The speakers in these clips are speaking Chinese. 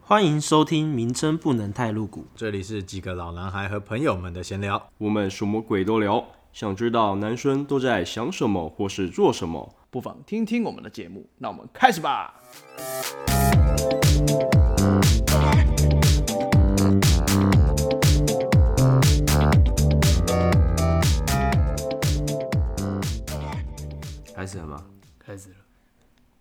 欢迎收听，名称不能太露骨。这里是几个老男孩和朋友们的闲聊。我们什么鬼都聊，想知道男生都在想什么或是做什么。不妨听听我们的节目。那我们开始吧。开始了吗？开始了。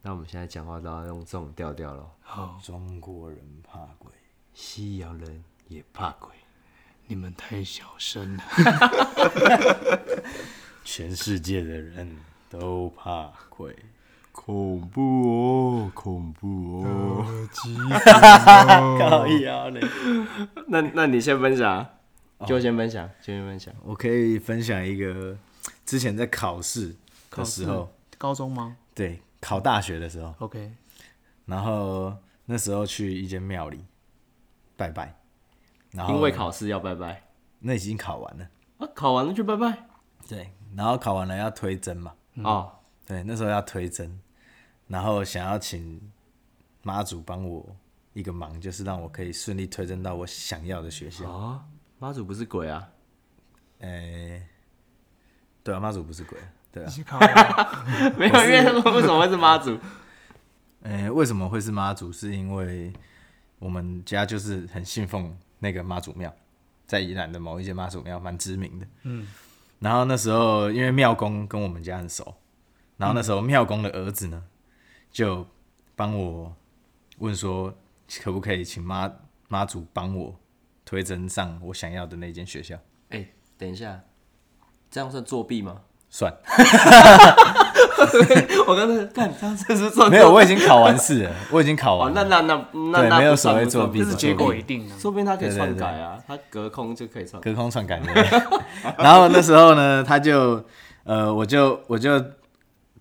那我们现在讲话都要用这种调调咯。好，中国人怕鬼，西洋人也怕鬼，你们太小声 了。全世界的人都怕鬼。恐怖哦，恐怖 哦。高腰嘞。那那你先分享啊，就先分享，就先分享。我可以分享一个之前在考试的时候，高中吗对，考大学的时候， ？OK，然后那时候去一间庙里拜拜，然后因为考试要拜拜那已经考完了，啊，考完了就拜拜对，然后考完了要推甄嘛，哦。对，那时候要推甄，然后想要请妈祖帮我一个忙，就是让我可以顺利推甄到我想要的学校。啊，妈祖不是鬼啊，诶、对啊，妈祖不是鬼，对啊。 没有，因为为什么会是妈祖？诶、为什么会是妈祖？是因为我们家就是很信奉那个妈祖庙，在宜兰的某一间妈祖庙蛮知名的。嗯。然后那时候因为庙公跟我们家很熟，然后那时候庙公的儿子呢，就帮我问说，可不可以请妈妈祖帮我推甄上我想要的那间学校？ 哎、等一下，这样算作弊吗？算，我刚才看，这样算是作弊没有，我已经考完试了，我已经考哦完，了。那那那那对那没有不算所谓不算作弊不这算是结果一定的。说不定他可以篡改啊，他隔空就可以篡改。隔空篡改的。 然后那时候呢，他就呃，我就我就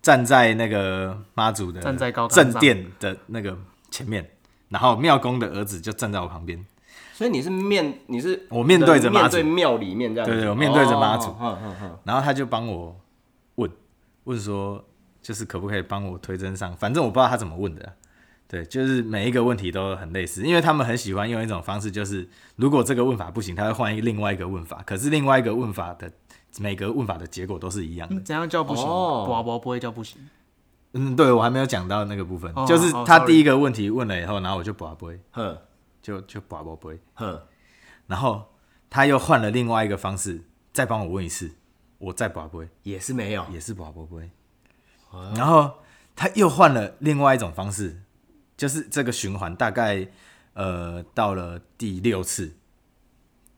站在那个妈祖的站在高岗正上殿的那个前面，然后庙公的儿子就站在我旁边，所以你是面，你是我面对着妈面祖对庙里面这样子。对对我面对着妈祖哦哼哼哼然后他就帮我问问说，就是可不可以帮我推甄上？反正我不知道他怎么问的啊、对，就是每一个问题都很类似，因为他们很喜欢用一种方式，就是如果这个问法不行，他会换一个另外一个问法，可是另外一个问法的每个问法的结果都是一样的。嗯怎样叫不行？哦宝宝不会叫不行。嗯，对我还没有讲到那个部分，哦就是哦他 sorry 第一个问题问了以后，然后我就不不会，哼就就不不会，哼，然后他又换了另外一个方式，再帮我问一次，我再不会，也是没有。也是不不会，啊然后他又换了另外一种方式，就是这个循环大概呃到了第六次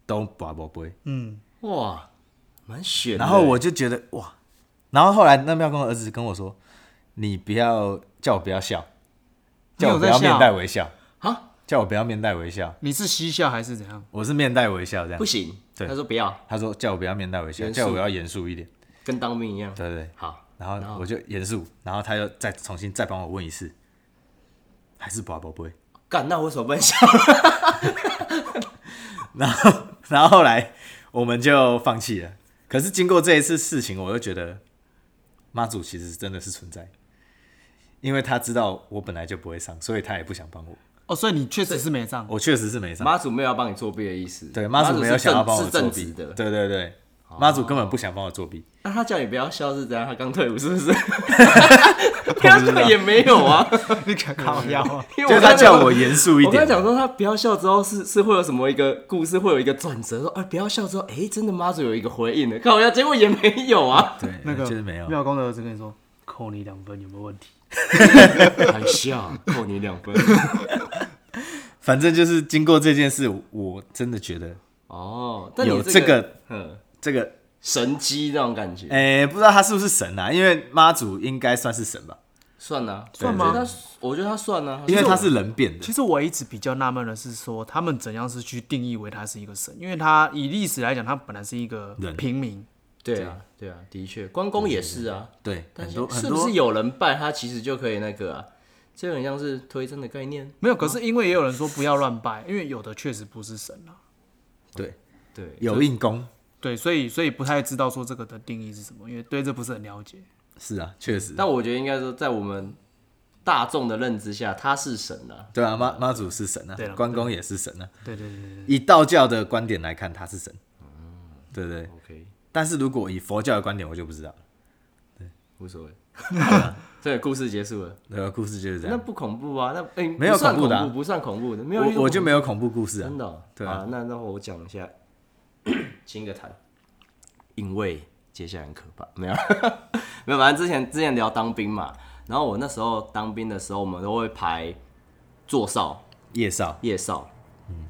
都不不会，嗯，哇，蛮悬的。然后我就觉得哇，然后后来那庙公的儿子跟我说，你不要叫我不要笑，你有叫我不在要笑面带微笑。啊叫我不要面带微笑，你是嬉笑还是怎样？我是面带微笑这样不。行，对他说不要，他说叫我不要面带微笑，严肃叫我要严肃一点，跟当兵一样。对对对。好，然后我就严肃，然后他又再重新再帮我问一次，还是宝宝不会。干那我为什么不能笑？ 然后然后后来我们就放弃了。可是经过这一次事情，我又觉得妈祖其实真的是存在，因为他知道我本来就不会上，所以他也不想帮我。哦，所以你确实是没上。我确实是没上，妈祖没有要帮你作弊的意思。对妈祖没有想要帮我是作正弊直的。哦对对对，妈祖根本不想帮我作弊。那他叫你不要笑是怎样？他刚退伍是不 是？ 知道他根本也没有啊，你可 靠腰啊！ 因就为是他叫我严肃一我跟点他。讲说，他不要笑之后是是会有什么一个故事，会有一个转折，说哎、不要笑之后，哎、真的妈祖有一个回应的，看我要，结果也没有啊，对，那个就是没有。妙公的儿子跟你说，扣你两分有没有问题？还笑，扣你两分。反正就是经过这件事，我真的觉得 哦，但你有这这个嗯这个，神机那种感觉，诶、不知道他是不是神啊？因为妈祖应该算是神吧，算了、啊，算我觉得吗他，我觉得他算了、啊，因为他我是人变的其。实我一直比较纳闷的是说，他们怎样是去定义为他是一个神？因为他以历史来讲，他本来是一个人平民。对啊，对啊，的确，关公也是啊，对，但很是多很是不多是有人拜他，其实就可以那个啊，这有点像是推甄的概念，没有，可是因为也有人说不要乱拜，因为有的确实不是神啊。对对，有印功对，所以所以不太知道说这个的定义是什么，因为对这不是很了解。是啊，确实。但我觉得应该说，在我们大众的认知下，他是神啊。对啊，妈妈祖是神啊对了，关公也是神啊。对对对对以道教的观点来看，他是神，对不对？ OK，但是如果以佛教的观点，我就不知道了。无 所谓。 这个故事结束了，对啊吧？故事就是这那样。不恐怖啊？那哎，没有不算恐怖的啊不算恐怖的，没有一个我我就恐没有恐怖故事啊真。的哦、对啊啊，那那我讲一下，清个谈，因为接下来很可怕，没有， 没有，反正之前之前聊当兵嘛，然后我那时候当兵的时候，我们都会排坐哨、夜少，夜哨，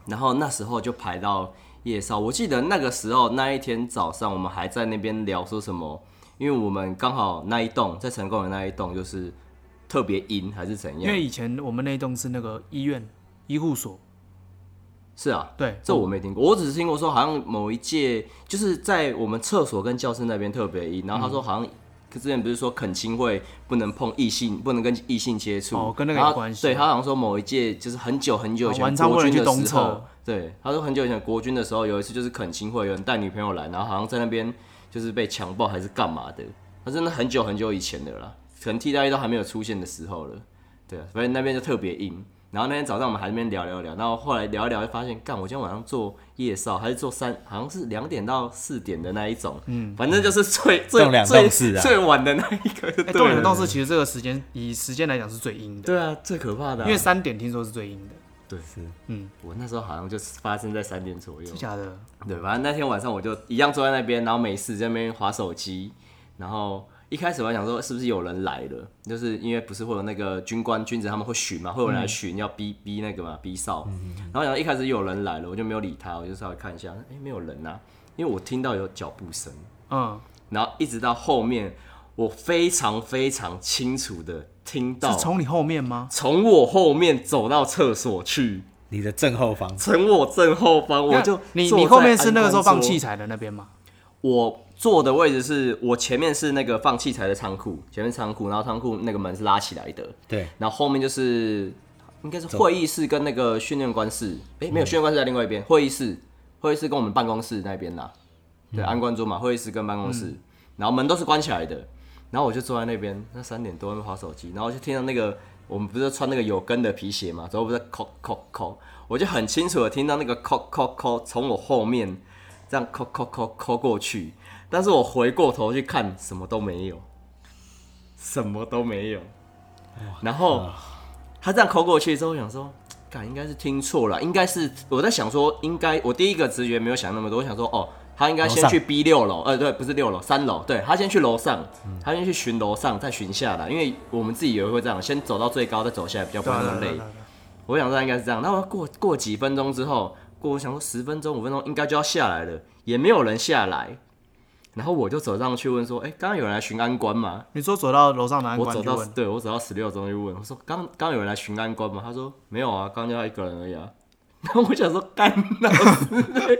然后那时候就排到夜哨，我记得那个时候那一天早上，我们还在那边聊说什么，因为我们刚好那一栋在成功的那一栋就是特别阴还是怎因为样，以前我们那一栋是那个医院医护所，是啊，对，嗯这我没听过，我只是听过说好像某一届就是在我们厕所跟教室那边特别阴，然后嗯他说好像。可之前不是说恳亲会不能碰异性，不能跟异性接触，哦跟那个然后有关系对他好像说某一届就是很久很久以哦前晚上国为了军去的东时候厕，对他说很久以前国军的时候有一次就是恳亲会，有人带女朋友来，然后好像在那边就是被强暴还是干嘛的，那真的很久很久以前的了啦，可能替代役都还没有出现的时候了。对啊，所以那边就特别硬。然后那天早上我们还在那边聊聊聊，然后后来聊一聊，就发现，干，我今天晚上做夜少，还是做三，好像是两点到四点的那一种，嗯，反正就是最最动两最动四啊最晚的那一个就哎，对动两了。动是其实这个时间以时间来讲是最阴的，对啊，最可怕的啊、因为三点听说是最阴的，我那时候好像就是发生在三点左右真，假的？对，反正那天晚上我就一样坐在那边，然后没事在那边划手机，然后一开始我还想说是不是有人来了，就是因为不是会有那个军官军人他们会巡嘛，会有嗯人来巡、要逼逼那个嘛逼哨，然后然后一开始有人来了，我就没有理他，我就稍微看一下，哎、没有人啊，因为我听到有脚步声，嗯，然后一直到后面，我非常非常清楚的听到是从你后面吗？从我后面走到厕所去。你的正后方从我正后方，我就你坐你后在面是那个时候安官放桌器材的那边吗？我坐的位置是我前面是那个放器材的仓库，前面仓库，然后仓库那个门是拉起来的， 对，然后后面就是应该是会议室跟那个训练官室，诶，没有训练官室在另外一边，会议室，会议室跟我们办公室那边啦，对，安官桌嘛，会议室跟办公室，然后门都是关起来的，然后我就坐在那边，那三点多在那边划手机，然后就听到那个我们不是穿那个有跟的皮鞋嘛，然后不是扣扣扣，我就很清楚的听到那个扣扣扣从我后面这样扣扣扣扣过去，但是我回过头去看，什么都没有，什么都没有。然后啊他这样扣过去之后，我想说，感应该是听错了，应该是我在想说，应该我第一个直觉没有想那么多，我想说，哦，他应该楼先上去 B 六楼，呃，对，不是六楼，三楼，对他先去楼上，嗯他先去巡楼上，再巡下来，因为我们自己也会这样，先走到最高，再走下来，比较不啊会啊那么累。我想说应该是这样，那我过过几分钟之后，过我想说十分钟五分钟应该就要下来了，也没有人下来，然后我就走上去问说，哎、刚刚有人来巡安官吗？你说走到楼上的安我官走去到问，对我走到十六中去问，我说刚刚有人来巡安官吗？他说没有啊，刚刚就他一个人而已啊。 然后我想说干闹死嘞，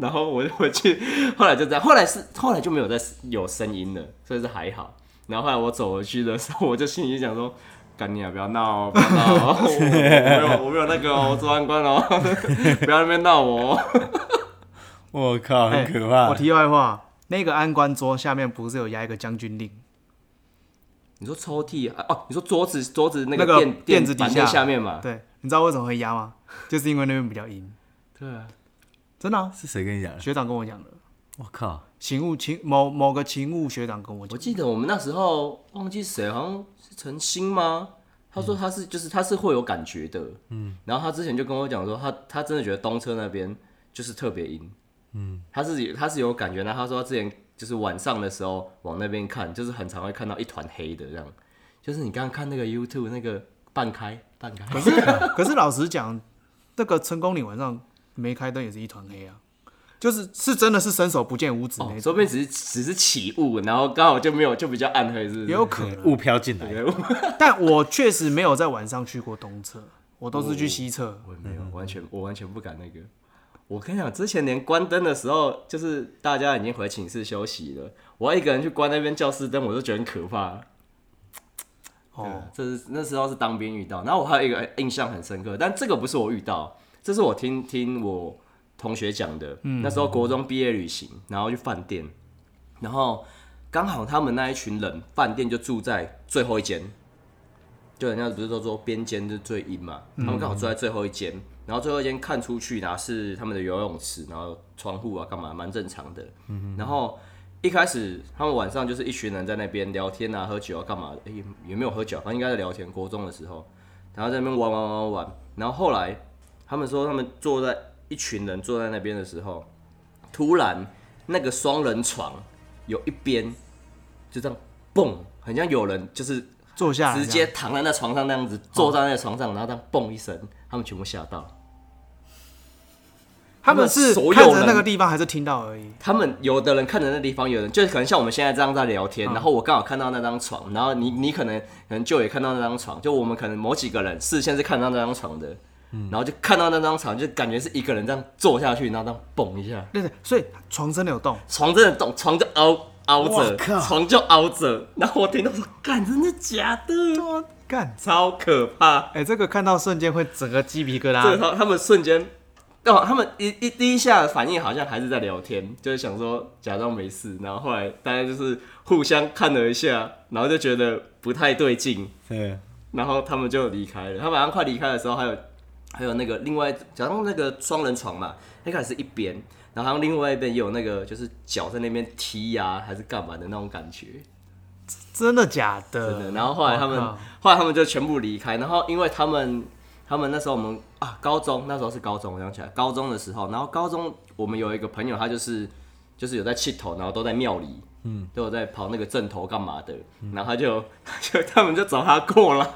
然后我就回去，后来就这样，后来是后来就没有再有声音了，所以是还好。然后后来我走回去的时候，我就心里想说。干你啊！不要闹、哦，不要闹、哦！ 我我没有，我没有那个哦，我做安官哦， 不要在那边闹我、哦。我靠，很可怕。哎我题外话，那个安官桌下面不是有压一个将军令？你说抽屉啊哦，你说桌子桌子那那个个垫垫子底板下下面嘛？对，你知道为什么会压吗？就是因为那边比较阴，对啊，真的、啊，是谁跟你讲的？学长跟我讲的。我靠，勤务勤某某个勤务学长跟我我讲，记得我们那时候忘记谁，好像是陈星吗？他说他是、就是他是会有感觉的，嗯。然后他之前就跟我讲说他，他真的觉得东车那边就是特别阴，嗯。他是他是有感觉，那他说他之前就是晚上的时候往那边看，就是很常会看到一团黑的这样，就是你刚刚看那个 YouTube 那个半开半开， 可是老实讲，那个成功岭晚上没开灯也是一团黑啊，就是是真的是伸手不见五指哦那，种，说不定只是只是起雾，然后刚好就没有就比较暗黑，是不也是？有可能。雾飘进来，但我确实没有在晚上去过东侧，我都是去西侧。我也没有，完全我完全不敢那个。我跟你讲，之前连关灯的时候，就是大家已经回寝室休息了，我要一个人去关那边教室灯，我就觉得很可怕。哦，这是那时候是当兵遇到，然后我还有一个哎印象很深刻，但这个不是我遇到，这是我听听我同学讲的。那时候国中毕业旅行，然后去饭店，然后刚好他们那一群人饭店就住在最后一间，就人家不是都说边间是最阴嘛，他们刚好坐在最后一间，然后最后一间看出去呢是他们的游泳池，然后窗户啊干嘛，蛮正常的。然后一开始他们晚上就是一群人在那边聊天啊、喝酒啊干嘛的，诶也也没有喝酒，啊反正应该在聊天。国中的时候，然后在那边玩玩玩玩玩，然后后来他们说他们坐在一群人坐在那边的时候，突然那个双人床有一边就这样蹦，很像有人就是坐下来直接躺在那床上那样子，坐在那个床上，然后这样蹦一声，他们全部吓到。他们是所有看着那人个地方还是听到而已？他们有的人看着那地方，有人就是可能像我们现在这样在聊嗯天，然后我刚好看到那张床，然后你你可能可能就也看到那张床，就我们可能某几个人视线是看到那张床的，嗯然后就看到那张床，就感觉是一个人这样坐下去，然后这样蹦一下，对对，所以床真的有动，床真的动，床就凹凹哇着，靠床就凹着，然后我听到说，干，真的假的？干，超可怕！哎、这个看到瞬间会整个鸡皮这疙个瘩。他他们瞬间，哦，他们一一第一下的反应好像还是在聊天，就是想说假装没事，然后后来大家就是互相看了一下，然后就觉得不太对劲，对，然后他们就离开了。他们好像快离开的时候，还有还有那个另外，假装那个双人床嘛，那个是一边，然后好像另外一边也有那个就是脚在那边踢呀、还是干嘛的那种感觉。真的假的？哦真的。然后后来他们我靠，后来他们就全部离开。然后因为他们，他们那时候我们啊，高中那时候是高中，我想起来，高中的时候，然后高中我们有一个朋友，他就是就是有在气头，然后都在庙里，嗯，都有在跑那个正头干嘛的。然后他就 他就他们就找他过来，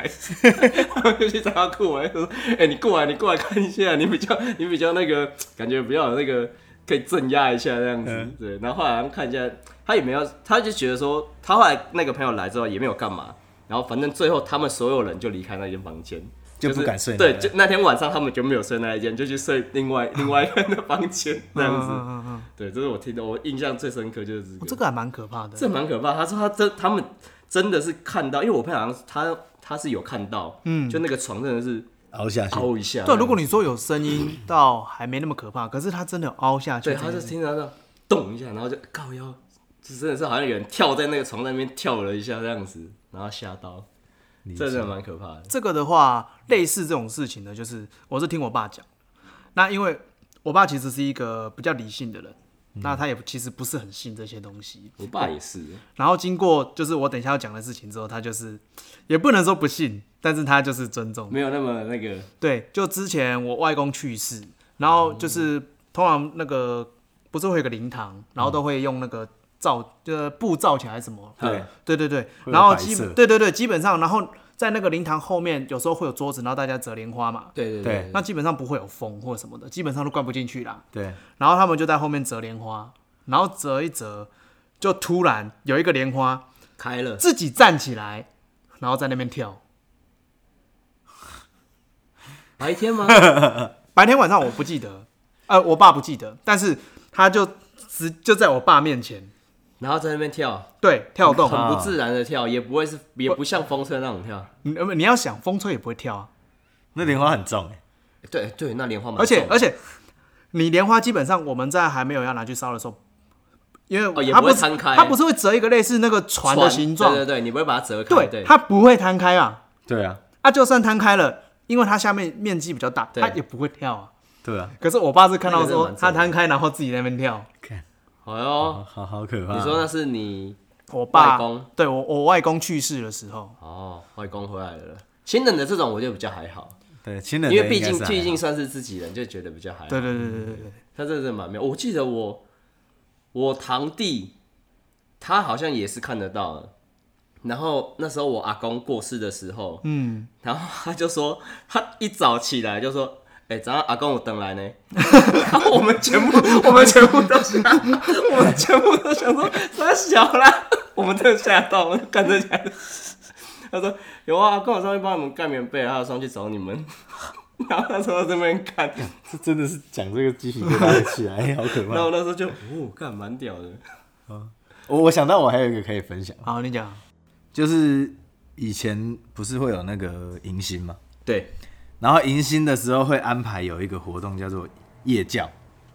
他们就去找他过来，就说：“哎、你过来，你过来看一下，你比较你比较那个，感觉比较有那个。”可以镇压一下这样子，对。然后后来好像看一下，他也没有，他就觉得说，他后来那个朋友来之后也没有干嘛，然后反正最后他们所有人就离开那间房间，就是不敢睡那对，间就那天晚上他们就没有睡那一间，就去睡另外另外一个人的房间这样嗯子。嗯嗯对，这是我听的，我印象最深刻就是这嗯，个，这个还蛮可怕的。这蛮可怕。他说他真他们真的是看到，因为我朋友好像是他他是有看到，嗯，就那个床真的是熬下去，凹一下这样子。对，啊如果你说有声音，倒还没那么可怕，可是它真的有凹下去。对，他就听到那动一下，然后就靠腰，就真的是好像有人跳在那个床上面跳了一下这样子，然后吓到，这真的蛮可怕的。这个的话，类似这种事情呢，就是我是听我爸讲。那因为我爸其实是一个比较理性的人，那他也其实不是很信这些东西。我爸也是，然后经过就是我等一下要讲的事情之后，他就是也不能说不信，但是他就是尊重。没有那么那个，对，就之前我外公去世，然后哦就是、通常那个不是会有个灵堂，然后都会用那个罩，就是布罩起来还是什么？嗯对，对对对，有然后白基色本对对对，基本上然后在那个灵堂后面有时候会有桌子，然后大家折莲花嘛，对对对那基本上不会有风或什么的，基本上都灌不进去啦。对，然后他们就在后面折莲花，然后折一折，就突然有一个莲花开了，自己站起来，然后在那边跳。 白天吗？白天晚上我不记得，呃，我爸不记得，但是他就直就在我爸面前，然后在那边跳，对，跳 动。很不自然的跳，也不会是，也不像风车那种跳。你呃你要想风吹也不会跳啊，那莲花很重哎，对对，那莲花蛮而且重的而且你莲花基本上我们在还没有要拿去烧的时候，因为哦也它不不会是摊开它不是会折一个类似那个船的形状，对对对，你不会把它折开，对对，它不会摊开啊。对啊，啊，就算摊开了，因为它下面面积比较大，对它也不会跳啊。对啊，可是我爸是看到那个真的说蛮他正的摊开，然后自己在那边跳。哎呦，好好好可怕。啊你说那是你我爸外公对我我外公去世的时候，哦，外公回来了。亲人的这种我就比较还好，对亲人的应因该为毕是啊还好，竟毕竟算是自己人，就觉得比较还好。对对对对对对，他真的是蛮妙。我记得我我堂弟他好像也是看得到的。然后那时候我阿公过世的时候，嗯，然后他就说他一早起来就说。哎、早上阿公我等来呢，然后我们全部，我们全部都想，我们全部都想说他小啦，我们真的吓到，我们干这起来。他说有啊，阿公我上去帮你们盖棉被，还有上去找你们。 然后他说到这边看，这 真的是讲这个鸡皮疙瘩起来， 好可然后怕。我那时候就，哦，干蛮屌的。我我想到我还有一个可以分享，好，你讲，就是以前不是会有那个迎新嘛，对，然后迎新的时候会安排有一个活动叫做夜教，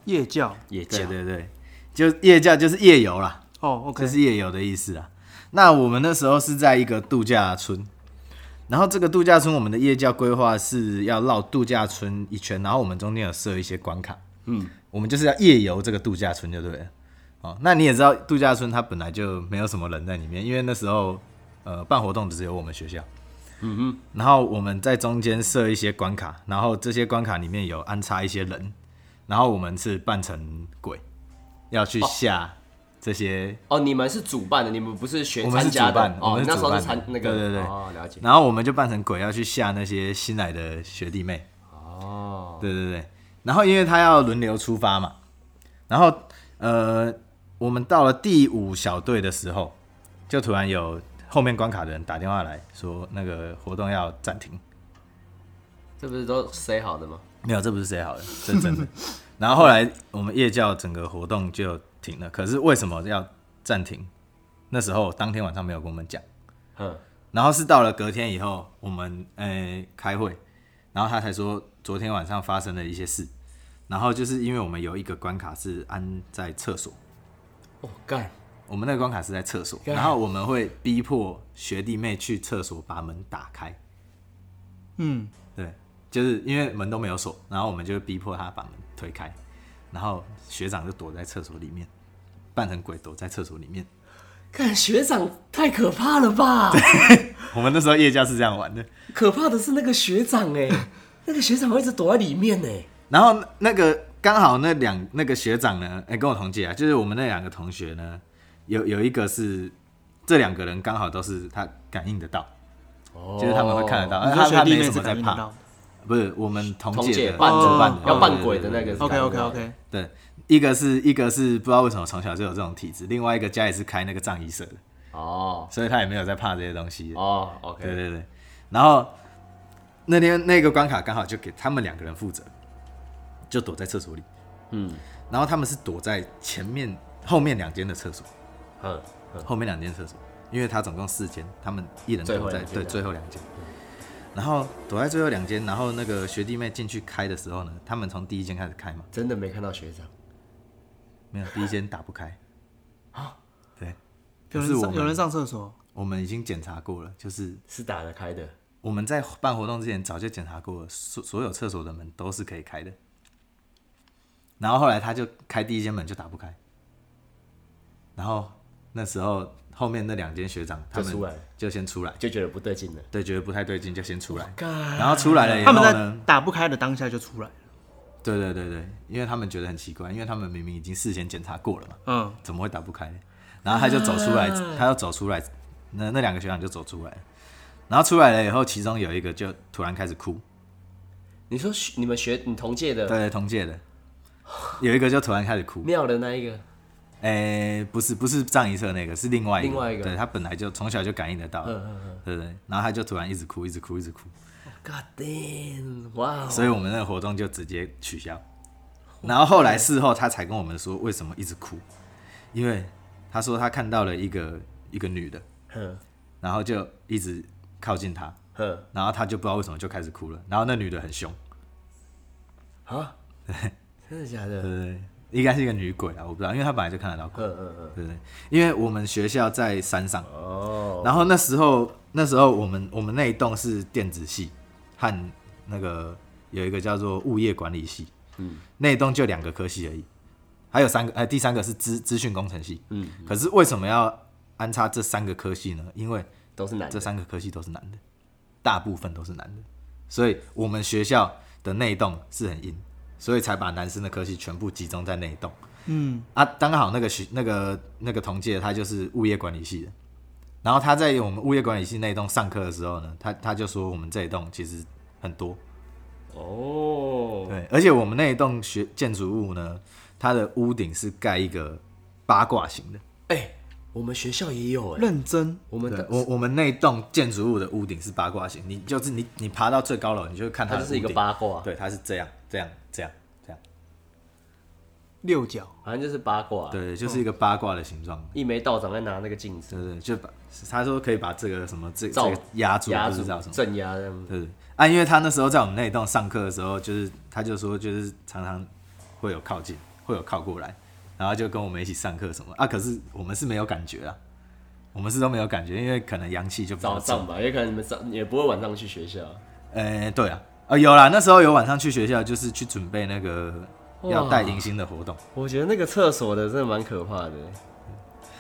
夜教也对讲对对，就夜教就是夜游啦，哦，OK，啊这是夜游的意思啦。那我们那时候是在一个度假村，然后这个度假村，我们的夜教规划是要绕度假村一圈，然后我们中间有设一些关卡，嗯，我们就是要夜游这个度假村就对了。哦，那你也知道度假村它本来就没有什么人在里面，因为那时候呃办活动只有我们学校，嗯哼，然后我们在中间设一些关卡，然后这些关卡里面有安插一些人，然后我们是扮成鬼，要去吓这些哦，你们是主办的，你们不是学我们是参加主办的，我哦们，是那时候是主办参的那个，对对对哦，了解。然后我们就扮成鬼要去吓那些新来的学弟妹。哦，对对对，然后因为他要轮流出发嘛，然后呃，我们到了第五小队的时候，就突然有后面关卡的人打电话来说那个活动要暂停。这不是都 say 好的吗？没有，这不是谁好的，这是真的。然后后来我们夜教整个活动就停了，可是为什么要暂停？那时候当天晚上没有跟我们讲。嗯，然后是到了隔天以后，我们呃开会，然后他才说昨天晚上发生了一些事，然后就是因为我们有一个关卡是安在厕所，哦，干，我们那个关卡是在厕所，然后我们会逼迫学弟妹去厕所把门打开，嗯，对，就是因为门都没有锁，然后我们就逼迫他把门推开，然后学长就躲在厕所里面，扮成鬼躲在厕所里面。干学长太可怕了吧？我们那时候夜教是这样玩的，可怕的是那个学长哎、那个学长会一直躲在里面呢、欸然后那个刚好那两那个学长呢，哎、跟我同届啊，就是我们那两个同学呢，有有一个是这两个人刚好都是他感应得到，哦就是他们会看得到，你哎说他学他弟没妹什是么在感应得怕到，不是我们同同届届的扮主办哦的要扮鬼对对的那对个对是感？OK 应 OK 得到 OK，对，一个是一个是不知道为什么从小就有这种体质，另外一个家也是开那个葬仪社的，哦所以他也没有在怕这些东西。哦，OK，对对对，然后那天那个关卡刚好就给他们两个人负责，就躲在厕所里。嗯然后他们是躲在前面后面两间的厕所，嗯嗯，后面两间厕所，因为他总共四间，他们一人最后躲在两间对这样最后两间，然后躲在最后两间，然后那个学弟妹进去开的时候呢，他们从第一间开始开嘛，真的没看到学长，没有第一间打不开啊对，可有是人啊我上有人们上厕所，我们已经检查过了，就是是打得开的。我们在办活动之前早就检查过了，所所有厕所的门都是可以开的。然后后来他就开第一间门就打不开，然后那时候后面那两间学长他就出来们了就先出来，就觉得不对劲了。对，觉得不太对劲就先出 Oh 来。哎然后出来了以他后们在呢，打不开的当下就出来了。对对对对，因为他们觉得很奇怪，因为他们明明已经事先检查过了嘛，嗯，怎么会打不开呢？然后他就走出来，啊他就走出来，那那两个学长就走出来，然后出来了以后，其中有一个就突然开始哭，你说学你们学你同届的对，同届的，有一个就突然开始哭。庙的那一个，诶、不是，不是藏一社那个，是另外一个。另外一个对他本来就从小就感应得到，嗯嗯对对对。然后他就突然一直哭，一直哭，一直哭，嗯，God damn，哇、哦所以我们那个活动就直接取消。然后后来事后他才跟我们说为什么一直哭，因为他说他看到了一个一个女的，哼然后就一直靠近他，哼然后他就不知道为什么就开始哭了。然后那女的很凶，啊，真的假对的？对对，应该是一个女鬼啊，我不知道，因为他本来就看得到鬼。嗯嗯嗯，对对，因为我们学校在山上，哦，然后那时候那时候我们我们那一栋是电子系和那个有一个叫做物业管理系，嗯，那一栋就两个科系而已，还有三个，呃，第三个是资资讯工程系，嗯，可是为什么要安插这三个科系呢？因为都是男这的，三个科系都是男的，大部分都是男的，所以我们学校的那一栋是很阴，所以才把男生的科系全部集中在那一栋。嗯，啊，刚好那个学那个那个同届他就是物业管理系的，然后他在我们物业管理系那一栋上课的时候呢，他他就说我们这一栋其实很多，哦，对，而且我们那一栋学建筑物呢，它的屋顶是盖一个八卦形的。哎、我们学校也有哎、认真，我们对的，我我们那栋建筑物的屋顶是八卦形，你就是你你爬到最高楼，你就会看它它的就是一个屋顶八卦，对，它是这样这样这样这样，六角，反正就是八卦，，对，就是一个八卦的形状，一眉道长在拿那个镜子对对，就把他说可以把这个什么这这罩个压住，压不住知道什么，镇压这样子，对对啊，因为他那时候在我们那一栋上课的时候，就是他就说就是常常会有靠近，会有靠过来，然后就跟我们一起上课什么啊，可是我们是没有感觉啊，我们是都没有感觉，因为可能阳气就比较早重上吧，也可能你们早也不会晚上去学校。呃，对啊，呃，有啦，那时候有晚上去学校，就是去准备那个要带迎新的活动。我觉得那个厕所的真的蛮可怕的，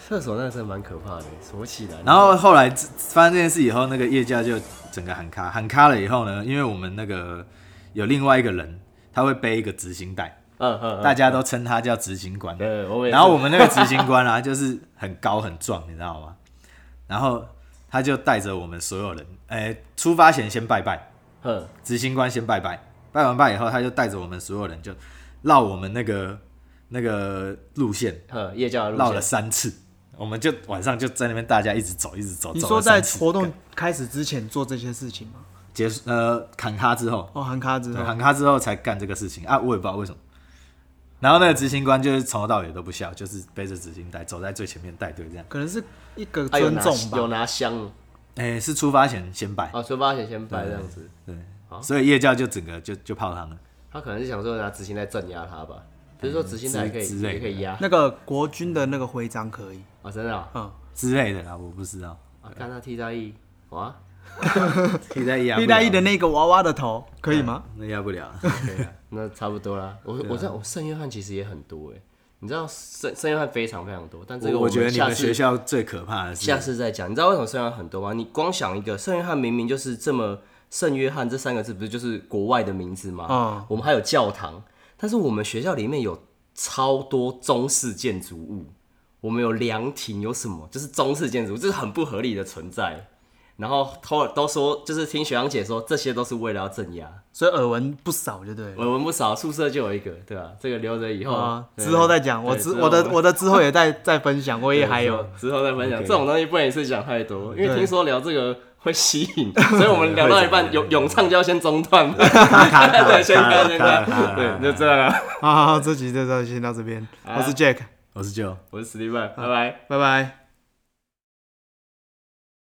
厕所那个真的蛮可怕的，锁起来。然后后来知发生这件事以后，那个夜教就整个喊卡，喊卡了以后呢，因为我们那个有另外一个人，他会背一个执行带，嗯嗯，大家都称他叫执行官。对，我也是然后我们那个执行官啊，就是很高很壮，你知道吗？然后他就带着我们所有人，哎，出发前先拜拜，嗯执行官先拜拜，拜完拜以后，他就带着我们所有人就绕我们那个那个路线嗯夜教的绕路了线，三次，我们就晚上就在那边大家一直走，一直走。你走说了在三次活动开始之前做这些事情吗？结束呃砍咖之后，哦，韩咖之对后，砍咖之后才干这个事情啊，我也不知道为什么。然后那个执行官就是从头到尾都不笑，就是背着执行带走在最前面带队这样。可能是一个啊有尊拿重吧有。拿香哎，是出发前先拜，啊，出发前先嗯拜这样子，对，所以夜教就整个就就泡汤了。他可能是想说拿执行来镇压他吧，嗯不是说执行来可以之之类的也可以压那个国军的那个徽章可以，啊，真的啊，嗯，之类的啦，我不知道。啊看他替代役哇，替代役啊压不了，历代一的那个娃娃的头可以吗？那压不了。那差不多啦。啊我我知道我圣约翰其实也很多哎，你知道圣圣约翰非常非常多，但这个我我们觉得你下们次学校最可怕的是嗯下次再讲。你知道为什么圣约翰很多吗？你光想一个圣约翰，明明就是这么圣约翰这三个字，不是就是国外的名字吗？嗯我们还有教堂，但是我们学校里面有超多中式建筑物，我们有凉亭，有什么就是中式建筑物，这是很不合理的存在。然后都都说，就是听学长姐说，这些都是为了要镇压。所以耳闻不少就对了。我们不少宿舍就有一个，对吧、这个留着以哦后、啊，对之后再讲。我对之之后我的们我的之后也在再分享，我也还有。之后再分享。这种东西不能一次讲太多，因为听说聊这个会吸引，所以我们聊到一半咏咏唱就要先中断， 对，先看先看，对，就这样啊。啊好好好，这集就到先到这边。我是 Jack，我是 Joe。我是史蒂芬，拜拜。拜拜。